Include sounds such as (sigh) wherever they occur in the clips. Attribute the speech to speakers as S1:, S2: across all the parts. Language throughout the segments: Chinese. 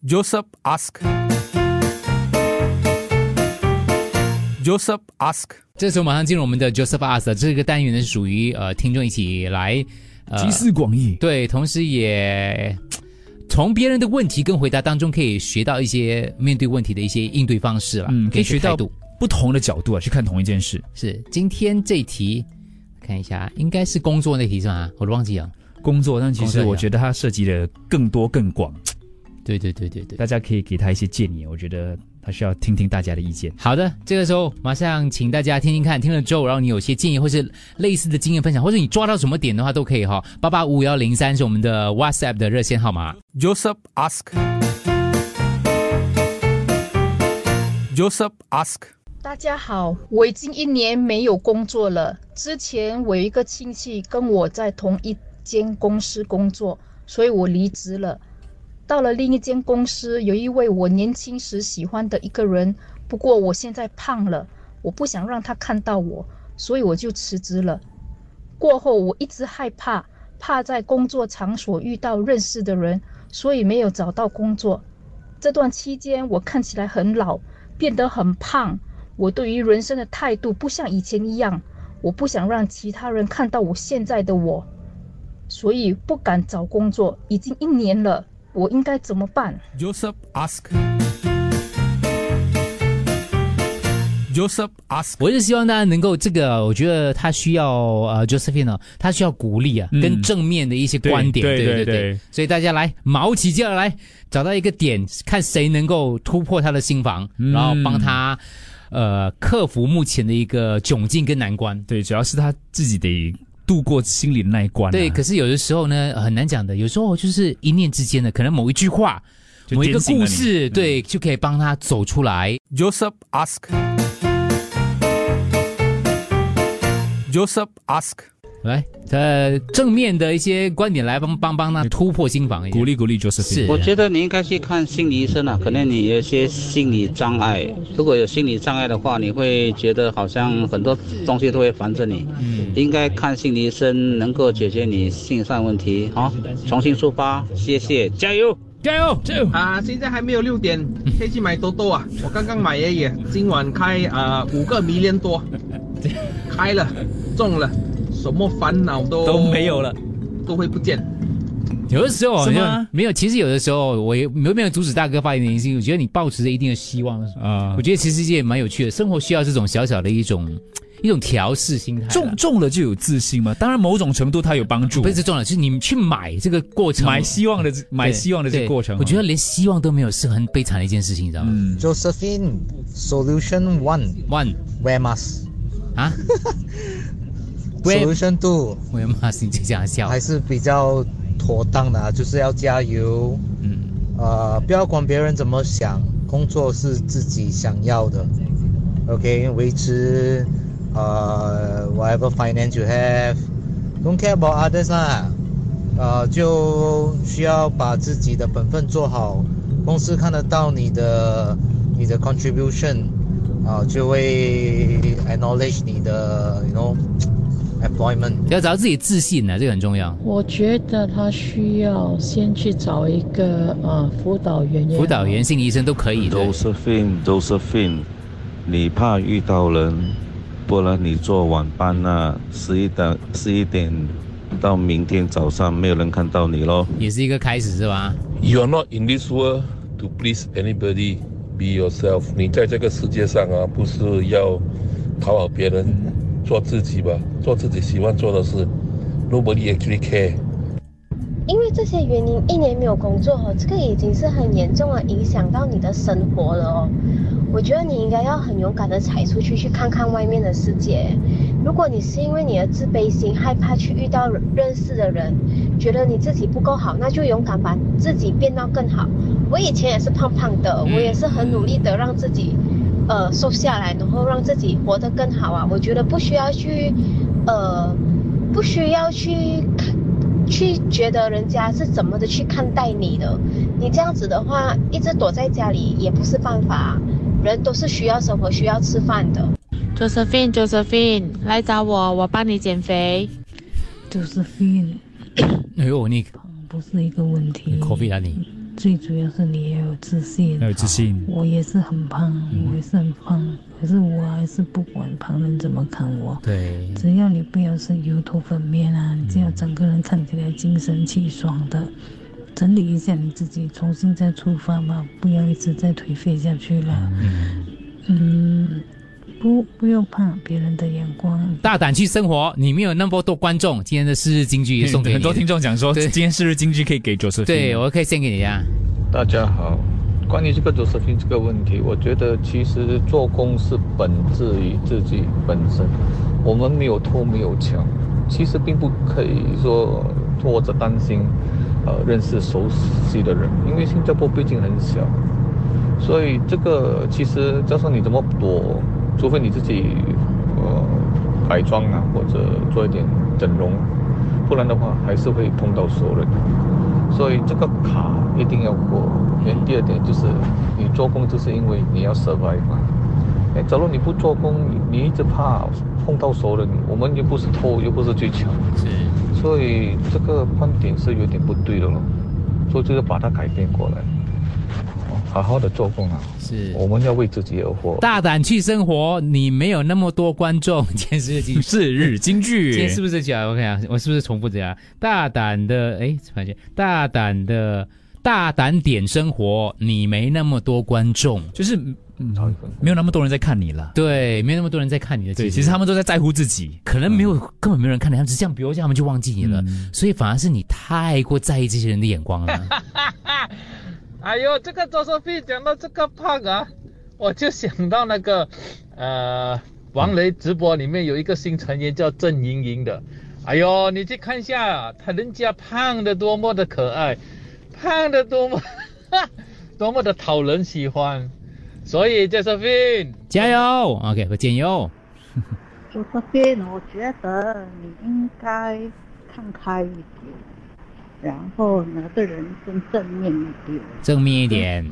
S1: Joseph asked. Joseph asked.
S2: 这时候马上进入我们的 Joseph Ask 这个单元呢，是属于呃听众一起来呃
S3: 集思广益。
S2: 对，同时也从别人的问题跟回答当中，可以学到一些面对问题的一些应对方式了，
S3: 嗯，可以
S2: 一些
S3: 学到
S2: 态度。
S3: 不同的角度啊去看同一件事。
S2: 是，今天这题看一下，应该是工作那题是吧？我都忘记了。
S3: 工作，但其
S2: 工
S3: 实
S2: 作一
S3: 我
S2: 样
S3: 觉得它涉及的更多更广，
S2: 对对对对对。
S3: 大家可以给他一些建议。我觉得他需要听听大家的意见。
S2: 好的，这个时候马上请大家听听看，听了之后，然后你有些建议或是类似的经验分享，或者你抓到什么点的话都可以哈、八八五幺零三是我们的 WhatsApp 的热线号码。
S1: Joseph asked. Joseph asked.
S4: 大家好，我已经一年没有工作了。之前我有一个亲戚跟我在同一间公司工作，所以我离职了。到了另一间公司，有一位我年轻时喜欢的一个人，不过我现在胖了，我不想让他看到我，所以我就辞职了。过后我一直害怕，怕在工作场所遇到认识的人，所以没有找到工作。这段期间，我看起来很老，变得很胖。我对于人生的态度不像以前一样，我不想让其他人看到我现在的我，所以不敢找工作，已经一年了，我应该怎么办？
S1: Joseph asked. Joseph asked.
S2: 我是希望大家能够这个，我觉得他需要呃 Josephine 呢，他需要鼓励啊，
S3: 嗯
S2: 跟正面的一些观点，
S3: 对
S2: 对
S3: 对
S2: 对
S3: 对对
S2: 所以大家来卯起劲儿来，找到一个点，看谁能够突破他的心防，
S3: 嗯
S2: 然后帮他呃克服目前的一个窘境跟难关。
S3: 对，主要是他自己得度过心里的那一关啊、
S2: 对，可是有的时候呢，呃很难讲的。有时候就是一念之间的，可能某一句话、
S3: 就
S2: 某一个
S3: 点醒
S2: 故
S3: 了你
S2: 事，
S3: 嗯
S2: 对，就可以帮他走出来。
S1: Joseph asked. Joseph asked.
S2: 来，呃，正面的一些观点来帮帮帮他突破心防一下，
S3: 鼓励鼓励 Josephine。
S2: 是
S5: 我觉得你应该去看心理医生啊，可能你有一些心理障碍。如果有心理障碍的话，你会觉得好像很多东西都会烦着你。应该看心理医生，能够解决你心上问题。好、重新出发，谢谢，加油！
S3: 加油加油！
S6: 啊，现在还没有六点，
S3: (laughs)
S6: 可以去买多多啊！我刚刚买而已，今晚开啊五、个迷恋
S3: (laughs)
S6: 多，开了，中了，什么烦恼都
S3: 都没有了，
S6: 都会不见。
S2: 有的时候好
S3: 是
S2: 像
S3: 吗
S2: 没有，其实有的时候我也没有没有阻止大哥发言的原因，是我觉得你抱持着一定的希望。
S3: 啊、
S2: 我觉得其实也蛮有趣的，生活需要这种小小的一种一种调试心态啦。
S3: 中中了就有自信嘛，当然某种程度它有帮助，
S2: 不是中了，是你去买这个过程，
S3: 买希望的这买
S2: 对
S3: 希望的这个
S2: 对
S3: 过程啊。
S2: 我觉得连希望都没有，是很悲惨的一件事情，你知道吗
S3: 嗯，
S7: Josephine, solution one,
S2: ？One
S7: wear mask. (laughs)
S2: 啊
S7: Solution two
S2: 我要骂死你这样笑
S7: 还，是比较妥当的、啊，就是要加油。
S3: 嗯，
S7: 呃，不要管别人怎么想，工作是自己想要的。OK，维持呃 whatever finance you have，don't care about others 啦。呃，就需要把自己的本分做好，公司看得到你的你的 contribution，啊、就会 acknowledge 你的 you know employment。
S2: 要找到自己自信啊呢、这个很重要。
S8: 我觉得他需要先去找一个呃辅导员也好，
S2: 辅导员、心理医生都可以的。
S9: Josephine Josephine，你怕遇到人，不然你做晚班呐、十一点十一点到明天早上没有人看到你咯。
S2: 也是一个开始是吧？
S10: You are not in this world to please anybody. Be yourself. 你在这个世界上啊，不是要讨好别人，做自己吧，做自己喜欢做的事。Nobody actually care.
S11: 因为这些原因，一年没有工作哦，这个已经是很严重的影响到你的生活了哦。我觉得你应该要很勇敢的踩出去，去看看外面的世界。如果你是因为你的自卑心，害怕去遇到认识的人，觉得你自己不够好，那就勇敢把自己变到更好。我以前也是胖胖的，我也是很努力的让自己，呃，瘦下来，然后让自己活得更好啊。我觉得不需要去，呃，不需要去看。去觉得人家是怎么的去看待你的。你这样子的话，一直躲在家里也不是办法，啊人都是需要生活、需要吃饭的。
S8: Josephine，Josephine，来找我，我帮你减肥。Josephine，
S2: 哎呦，你
S8: 不是一个问题
S2: 你 coffee 啊你，
S12: 最主要是你也有自信。
S3: 要有自信。嗯
S12: 我也是很胖，我也是很胖，可是我还是不管旁人怎么看我。
S3: 对，嗯
S12: 只要你不要是油头粉面啊，你只要整个人看起来精神气爽的，整理一下你自己，重新再出发吧，不要一直在颓废下去了。嗯，不不用怕别人的眼光，
S2: 大胆去生活，你没有那么多观众。今天的是日金句也送给你
S3: 很多听众讲说，
S2: 对
S3: 今天是日金句可以给 Josephine。
S2: 对我可以献给你啊。
S13: 大家好，关于这个 Josephine 这个问题，我觉得其实做工是本质于自己本身，我们没有偷没有抢，其实并不可以说拖着担心，呃，认识熟悉的人，因为新加坡毕竟很小，所以这个其实加上你怎么躲，除非你自己呃改装啊，或者做一点整容，不然的话还是会碰到熟人。所以这个卡一定要过。连第二点就是，你做工就是因为你要 survive 嘛。哎，假如你不做工，你你一直怕碰到熟人，我们又不是偷，又不是去抢，
S2: 是，
S13: 所以这个观点是有点不对的咯。所以就是把它改变过来，哦好好的做工啊。
S2: 是，
S13: 我们要为自己而活。
S2: 大胆去生活，你没有那么多观众。今天是日金
S3: 是日金
S2: (laughs)
S3: 句
S2: 今天是不是这讲？我看啊，我是不是重复这样？大胆的，哎，反正大胆的，大胆点生活，你没那么多观众，
S3: 就是嗯，没有那么多人在看你了。
S2: 对，没有那么多人在看你的。
S3: 啊对，其实他们都在在乎自己。嗯
S2: 可能没有，根本没有人看你，他们只是这样比如下，他们就忘记你了。所以反而是你太过在意这些人的眼光啊了。
S3: (laughs)
S14: 哎呦，这个周寿碧讲到这个胖啊，我就想到那个，呃，王雷直播里面有一个新成员叫郑莹莹的，哎呦，你去看一下，她人家胖的多么的可爱，胖的多么， (laughs) 多么的讨人喜欢，所以周寿碧
S2: 加油，OK，我加油。
S15: 我这边我觉得你应该看开一点，然后呢，对人生正面一点。
S2: 正面一
S3: 嗯
S2: 点。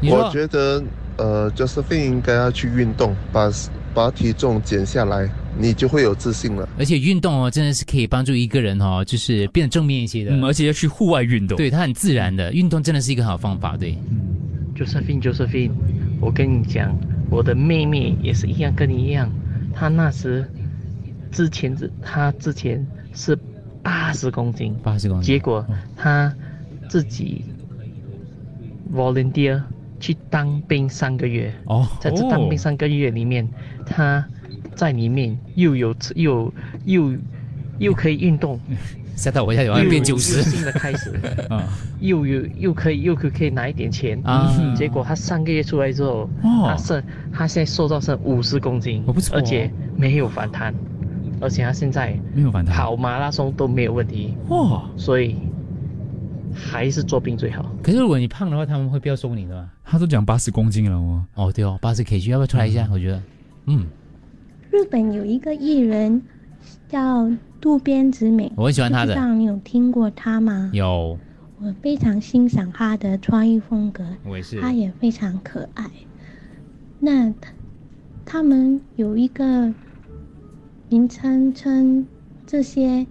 S2: 你说
S16: 我觉得，呃，Josephine 应该要去运动，把把体重减下来，你就会有自信了。
S2: 而且运动哦，真的是可以帮助一个人哦，就是变得正面一些的。嗯，而且要去户外运动。对，它很自然
S17: 嗯
S2: 的，运动真的是一个好方法。对，
S17: Josephine Josephine，我跟你讲，我的妹妹也是一样，跟你一样，她那时之前是她之前是八十公斤，
S2: 八十公斤，
S17: 结果她自己 volunteer 去当兵三个月，
S2: 哦
S17: 在这当
S2: 哦
S17: 兵三个月里面，她在里面又有吃又又又可以运动，
S2: 吓到我一下，有要变
S17: 又
S2: 九
S17: 有
S2: 十。
S17: 新的开
S2: (laughs)
S17: 始
S2: 啊，
S17: 又有又可以又可可以拿一点钱
S2: 啊
S17: 结果他三个月出来之后，他剩他现在瘦到剩五十公斤，
S3: 错哦
S17: 而且没有反弹，而且他现在
S3: 没有反弹
S17: 跑马拉松都没有问题，
S3: 哇！
S2: 嗯
S17: 所以还是做兵最好。
S2: 可是如果你胖的话，他们会不要收你的吗？
S3: 他都讲八十公斤了哦。
S2: 哦，对哦，八十 kg，要不要 try 一下？我觉得，嗯，
S18: 日本有一个艺人叫渡边直美，
S2: 我很喜欢她的
S18: 不知道你有听过她吗？
S2: 有，
S18: 我非常欣赏她的穿衣风格，
S2: 我也是
S18: 她也非常可爱。那她他们有一个名称称这些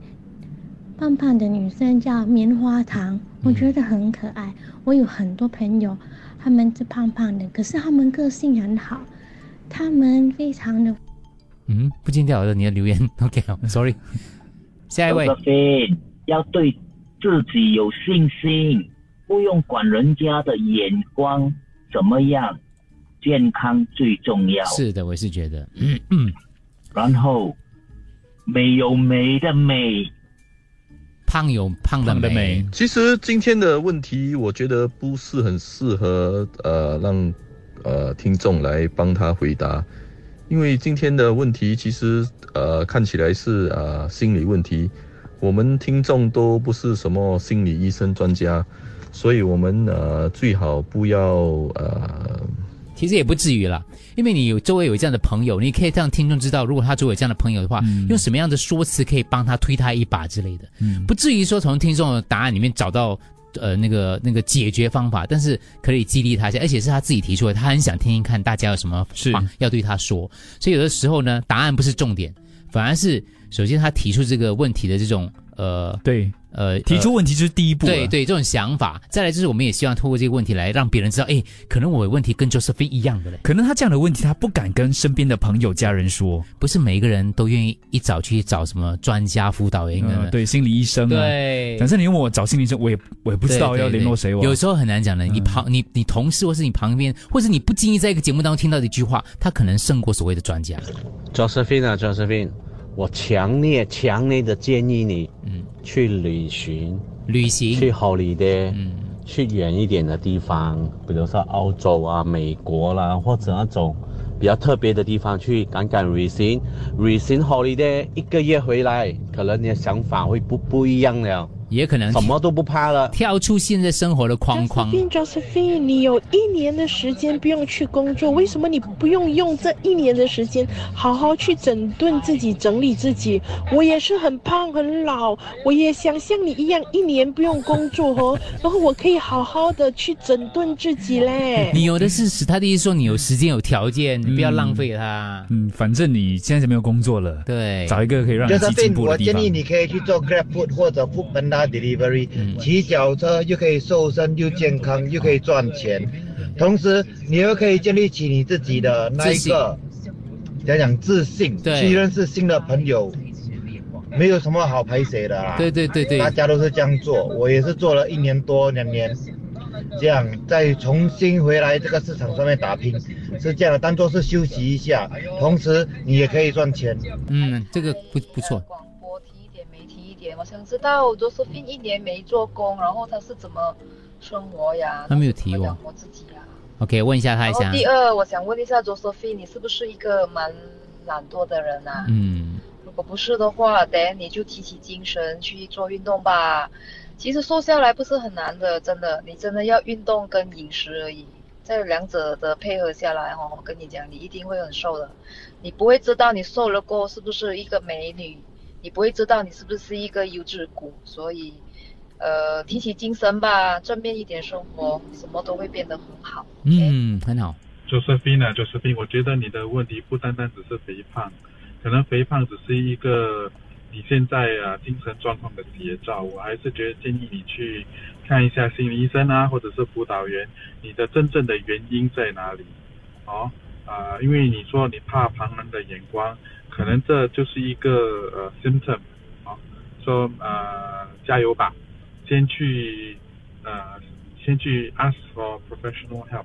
S18: 胖胖的女生叫棉花糖，我觉得很可爱。我有很多朋友，他们是胖胖的，可是他们个性很好，他们非常的
S2: 嗯，不禁掉了你的留言。OK，sorry、下一位
S19: 周泽飞要对自己有信心，不用管人家的眼光怎么样，健康最重要。
S2: 是的，我也是觉得，
S19: (coughs) 然后美有美的美，
S2: 胖有胖的美。
S20: 其实今天的问题，我觉得不是很适合呃让呃听众来帮他回答，因为今天的问题其实呃看起来是呃心理问题，我们听众都不是什么心理医生专家，所以我们呃最好不要呃
S2: 其实也不至于啦，因为你有周围有这样的朋友，你可以让听众知道，如果他周围有这样的朋友的话，
S19: 嗯
S2: 用什么样的说辞可以帮他推他一把之类的，
S3: 嗯
S2: 不至于说从听众的答案里面找到呃那个那个解决方法，但是可以激励他一下，而且是他自己提出的，他很想听听看大家有什么话要对他说，所以有的时候呢，答案不是重点，反而是首先他提出这个问题的这种呃
S3: 对
S2: 呃
S21: 提出问题就是第一步了
S2: 对对，这种想法。再来就是我们也希望透过这个问题来让别人知道，哎，可能我的问题跟 Josephine 一样的嘞。
S21: 可能他这样的问题，他不敢跟身边的朋友、家人说。
S2: 不是每一个人都愿意一早去找什么专家辅导员、
S21: 嗯，对，心理医生啊。
S2: 对
S21: 反正你问我找心理医生，我也我也不知道
S2: 对对
S21: 要嗯联络谁
S2: 对
S21: 我。
S2: 有时候很难讲的。你旁、你你同事或是你旁边，或是你不经意在一个节目当中听到的一句话，他可能胜过所谓的专家。
S22: Josephine 啊，Josephine，我强烈强烈的建议你，嗯，去旅行，
S2: 旅行，
S22: 去 holiday，嗯，去远一点的地方，比如说澳洲啊、美国啦、或者那种比较特别的地方去赶赶旅行，旅行 holiday 一个月回来，可能你的想法会不不一样了，
S2: 也可能
S22: 什么都不怕了，
S2: 跳出现在生活的框框。
S23: 并 Josephine，你有一年的时间不用去工作，为什么你不用用这一年的时间好好去整顿自己、整理自己？我也是很胖很老，我也想像你一样一年不用工作哦，然后我可以好好的去整顿自己嘞。
S2: 你有的是时，他的意思说你有时间有条件，你不要浪费它。
S21: 嗯，反正你现在是没有工作了，
S2: 对，
S21: 找一个可以让你
S24: 就
S21: 一
S24: 是
S21: 起进步
S24: 我
S21: 的地
S24: 建
S21: 方。
S24: 议你可以去做 Grab Food 或者 Food Panda Delivery，、骑脚车又可以瘦身又健康又可以赚钱，同时你又可以建立起你自己的那嗯一自信个，讲讲自信，
S2: 对
S24: 去认识新的朋友，没有什么好排谁的啦。
S2: 对对对对
S24: 大家都是这样做，我也是做了一年多两年。这样再重新回来这个市场上面打拼，是这样的，当做是休息一下，同时你也可以赚钱。
S2: 嗯，这个不不错。
S25: 一点，我想知道 Josephine 一年没做工，然后他是怎么生活呀？
S2: 他没有提我。OK，问一哎下他一
S25: 然后
S2: 下。
S25: 哦第二，我想问一下 Josephine，你是不是一个蛮懒惰的人啊？
S2: 嗯，
S25: 如果不是的话，等你就提起精神去做运动吧。其实瘦下来不是很难的，真的，你真的要运动跟饮食而已，在两者的配合下来哦，我跟你讲，你一定会很瘦的。你不会知道你瘦了过后是不是一个美女，你不会知道你是不是一个优质股，所以，呃，提起精神吧，正面一点生活，什么都会变得很好。
S2: 嗯，很好。
S26: Josephine 啊，Josephine，我觉得你的问题不单单只是肥胖，可能肥胖只是一个你现在啊精神状况的写照。我还是觉得建议你去看一下心理医生啊，或者是辅导员，你的真正的原因在哪里？哦，啊、因为你说你怕旁人的眼光，可能这就是一个呃 symptom，哦，说呃加油吧，先去呃先去 ask for professional help。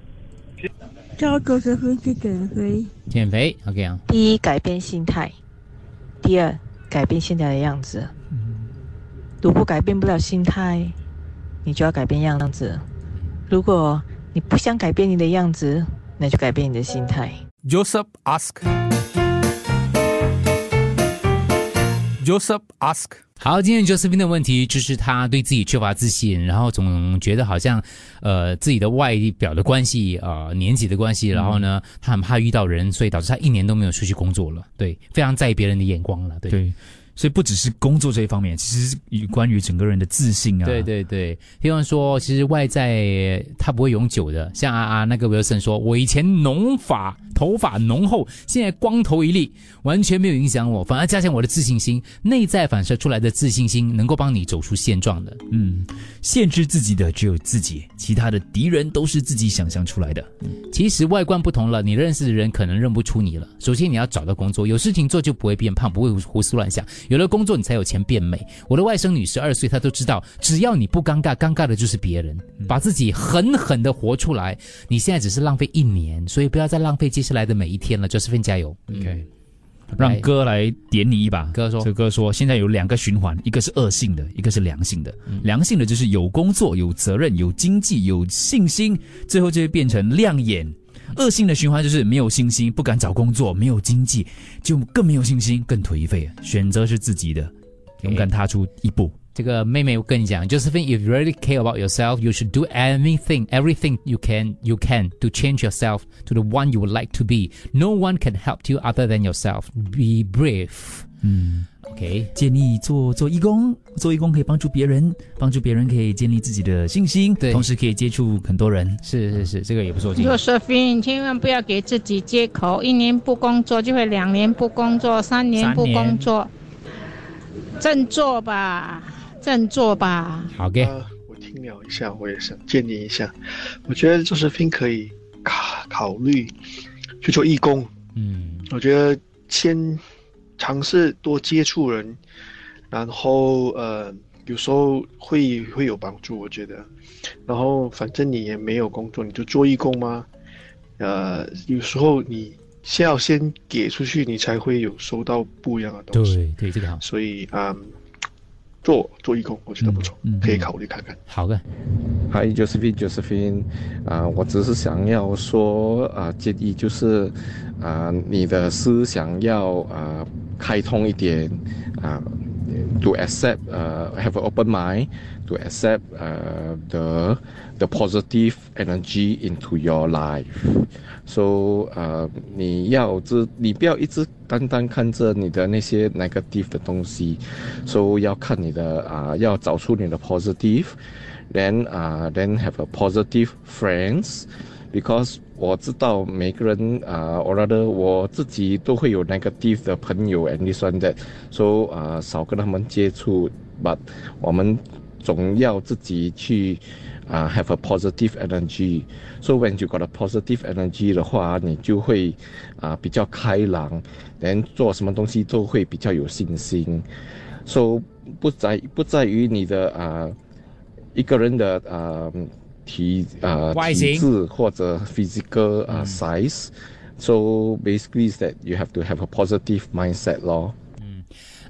S27: 叫周泽辉去减肥。
S2: 减肥，OK 啊。
S27: 第一，改变心态；第二，改变现在的样子。如果改变不了心态，你就要改变样子。如果你不想改变你的样子，那就改变你的心态。
S1: Joseph ask. Joseph ask.
S2: 好，今天 Josephine 的问题就是她对自己缺乏自信，然后总觉得好像，呃，自己的外表的关系，呃，年纪的关系，然后
S21: 嗯
S2: 呢，她很怕遇到人，所以导致她一年都没有出去工作了。对，非常在意别人的眼光了。对，
S21: 对，所以不只是工作这一方面，其实是与关于整个人的自信啊。
S2: 对对对，比方说，其实外在它不会永久的。像啊啊那个 Wilson 说，我以前浓发，头发浓厚，现在光头一粒，完全没有影响我，反而加强我的自信心。内在反射出来的自信心，能够帮你走出现状的。
S21: 嗯，限制自己的只有自己，其他的敌人都是自己想象出来的。
S2: 其实外观不同了，你认识的人可能认不出你了。首先你要找到工作，有事情做就不会变胖，不会胡思乱想。有了工作，你才有钱变美。我的外甥女十二岁，她都知道，只要你不尴尬，尴尬的就是别人。把自己狠狠的活出来。你现在只是浪费一年，所以不要再浪费接下来的每一天了。Josephine 加油
S21: ，OK，让哥来点你一把。
S2: 哥说，
S21: 这哥说，现在有两个循环，一个是恶性的，一个是良性的。
S2: 嗯
S21: 良性的就是有工作、有责任、有经济、有信心，最后就会变成亮眼。恶性的循环就是没有信心，不敢找工作，没有经济，就更没有信心，更颓废。选择是自己的，勇敢踏出一步。
S2: 这个妹妹我跟你讲，Josephine, if you really care about yourself, you should do anything, everything you can, you can to change yourself to the one you would like to be. No one can help you other than yourself. Be brave.
S21: 嗯
S2: ，OK，
S21: Hmm。建议做做义工，做义工可以帮助别人，帮助别人可以建立自己的信心，对，同时可以接触很多人。
S2: 是是是，这个也不错。
S28: Josephine，千万不要给自己借口，一年不工作就会两年不工作，三年不工作，振作吧，振作吧。
S2: 好嘅，
S4: 我听了一下，我也想建议一下，我觉得就是fin 可以考考虑去做义工。
S2: 嗯，
S4: 我觉得先尝试多接触人，然后呃，有时候会会有帮助，我觉得。然后反正你也没有工作，你就做义工嘛。呃，有时候你先要先给出去，你才会有收到不一样的东西。
S2: 对对，这个好。
S4: 所以啊、嗯做做义工我觉得不错，
S2: 嗯
S4: 可以考虑看看。
S2: 好的。
S5: 嗨，Josephine Josephine，啊、我只是想要说啊、建议就是啊、你的思想要啊、开通一点啊、to accept 呃、have an open mind to accept 呃、the the positive energy into your life。So 呃，你要知，你不要一直单单看着你的那些 negative 的东西，So 要看你的啊、要找出你的 positive。then 啊、then have a positive friends。because 我知道每个人啊、我 r rather 我自己都会有 negative 的朋友，and this one that，so 啊、少跟他们接触，but 我们总要自己去啊、have a positive energy。So when you got a positive energy 的话，你就会啊、比较开朗，连做什么东西都会比较有信心。So 不在不在于你的啊、一个人的啊、体啊、
S21: 外
S5: 体
S21: 形
S5: 质或者 physical 啊、size。So basically is that you have to have a positive mindset 咯。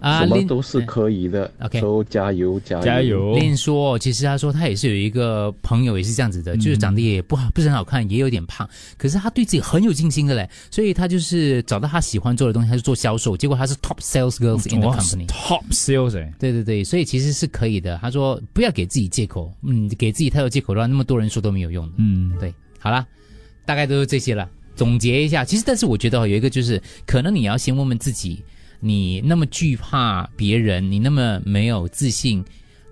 S2: 啊
S5: 什么
S2: 另
S5: 都是可以的。
S2: OK，
S5: so 加油加油
S2: 另说，其实他说他也是有一个朋友也是这样子
S21: 嗯
S2: 的，就是长得也不好，不是很好看，也有点胖，可是他对自己很有信心的嘞，所以他就是呃找到他喜欢做的东西，他就做销售，结果他是 top sales girls in the
S21: 哇
S2: company。
S21: ，top sales 哎、
S2: 对对对，所以其实是可以的。他说不要给自己借口，嗯，给自己太多借口的话，那么多人说都没有用的。
S21: 嗯，
S2: 对，好啦，大概都是这些了。总结一下，其实但是我觉得哦有一个就是，可能你要先问问自己，你那么惧怕别人，你那么没有自信，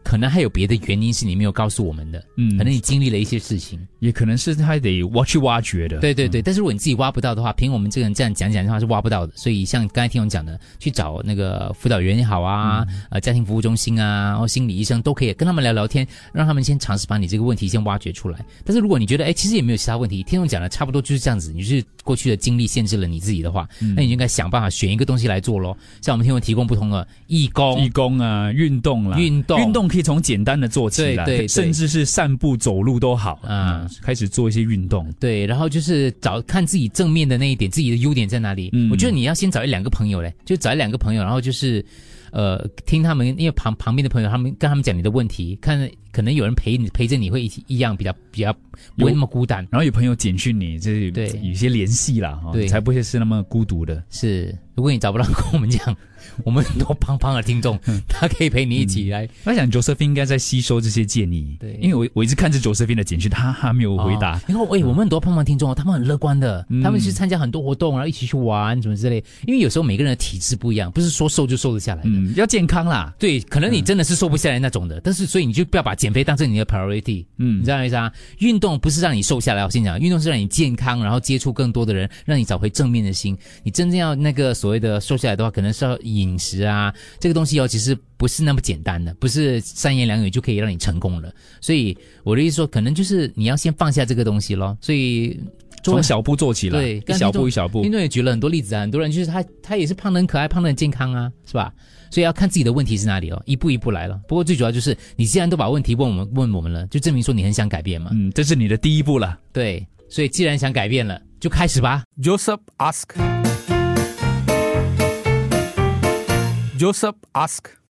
S2: 可能还有别的原因是你没有告诉我们的。
S21: 嗯
S2: 可能你经历了一些事情，
S21: 也可能是他得挖去挖掘的。嗯
S2: 对对对，但是如果你自己挖不到的话，凭我们这个人这样讲讲的话是挖不到的。所以像刚才听我讲的，去找那个辅导员也好啊，
S21: 嗯
S2: 呃，家庭服务中心啊，然后心理医生都可以跟他们聊聊天，让他们先尝试把你这个问题先挖掘出来。但是如果你觉得哎，其实也没有其他问题，听我讲的差不多就是这样子，你就是过去的经历限制了你自己的话，
S21: 嗯
S2: 那你就应该想办法选一个东西来做咯。像我们听闻提供不同的义工、
S21: 义工啊，运动啦，
S2: 运动
S21: 运动可以从简单的做起来，
S2: 对对对
S21: 甚至是散步、走路都好嗯
S2: 啊、
S21: 开始做一些运动。
S2: 对，然后就是找看自己正面的那一点，自己的优点在哪里。
S21: 嗯
S2: 我觉得你要先找一两个朋友嘞，就找一两个朋友，然后就是，呃，听他们，因为旁旁边的朋友，他们跟他们讲你的问题，看可能有人陪你陪着你会一起一样比较比较不会那么孤单。
S21: 然后有朋友简讯你，这
S2: 对
S21: 有些联系啦，哈
S2: 对
S21: 才不会是那么孤独的。
S2: 是，如果你找不到，跟我们讲， (laughs) 我们很多胖胖的听众，
S21: 嗯
S2: 他可以陪你一起来。
S21: 我想嗯 Josephine 应该在吸收这些建议，对，因为我我一直看着 Josephine 的简讯，她还没有回答。
S2: 哦然后，哎，我们很多胖胖听众哦，他们很乐观的，
S21: 嗯
S2: 他们去参加很多活动，然后一起去玩什么之类。因为有时候每个人的体质不一样，不是说瘦就瘦得下来的，
S21: 嗯要健康啦。嗯
S2: 对，可能你真的是瘦不下来那种的，但是所以你就不要把减肥当成你的 priority，
S21: 嗯，
S2: 你知道我意思啊？运动不是让你瘦下来，我先讲，运动是让你健康，然后接触更多的人，让你找回正面的心。你真正要那个所谓的瘦下来的话，可能是要饮食啊，这个东西哦，其实不是那么简单的，不是三言两语就可以让你成功了。所以我的意思说，可能就是你要先放下这个东西咯。所以做
S21: 从小步做起来，
S2: 对，
S21: 一
S2: 刚才
S21: 小
S2: 运动
S21: 步一小步
S2: 运。动也举了很多例子啊，很多人就是他他也是胖的很可爱，胖的很健康啊，是吧？所以要看自己的问题是哪里哦，
S21: 嗯
S2: 一步一步来了。不过最主要就是你既然都把问题问我们问我们了，就证明说你很想改变嘛。
S21: 嗯，这是你的第一步了。
S2: 对，所以既然想改变了，就开始吧。Joseph ask。
S1: Joseph ask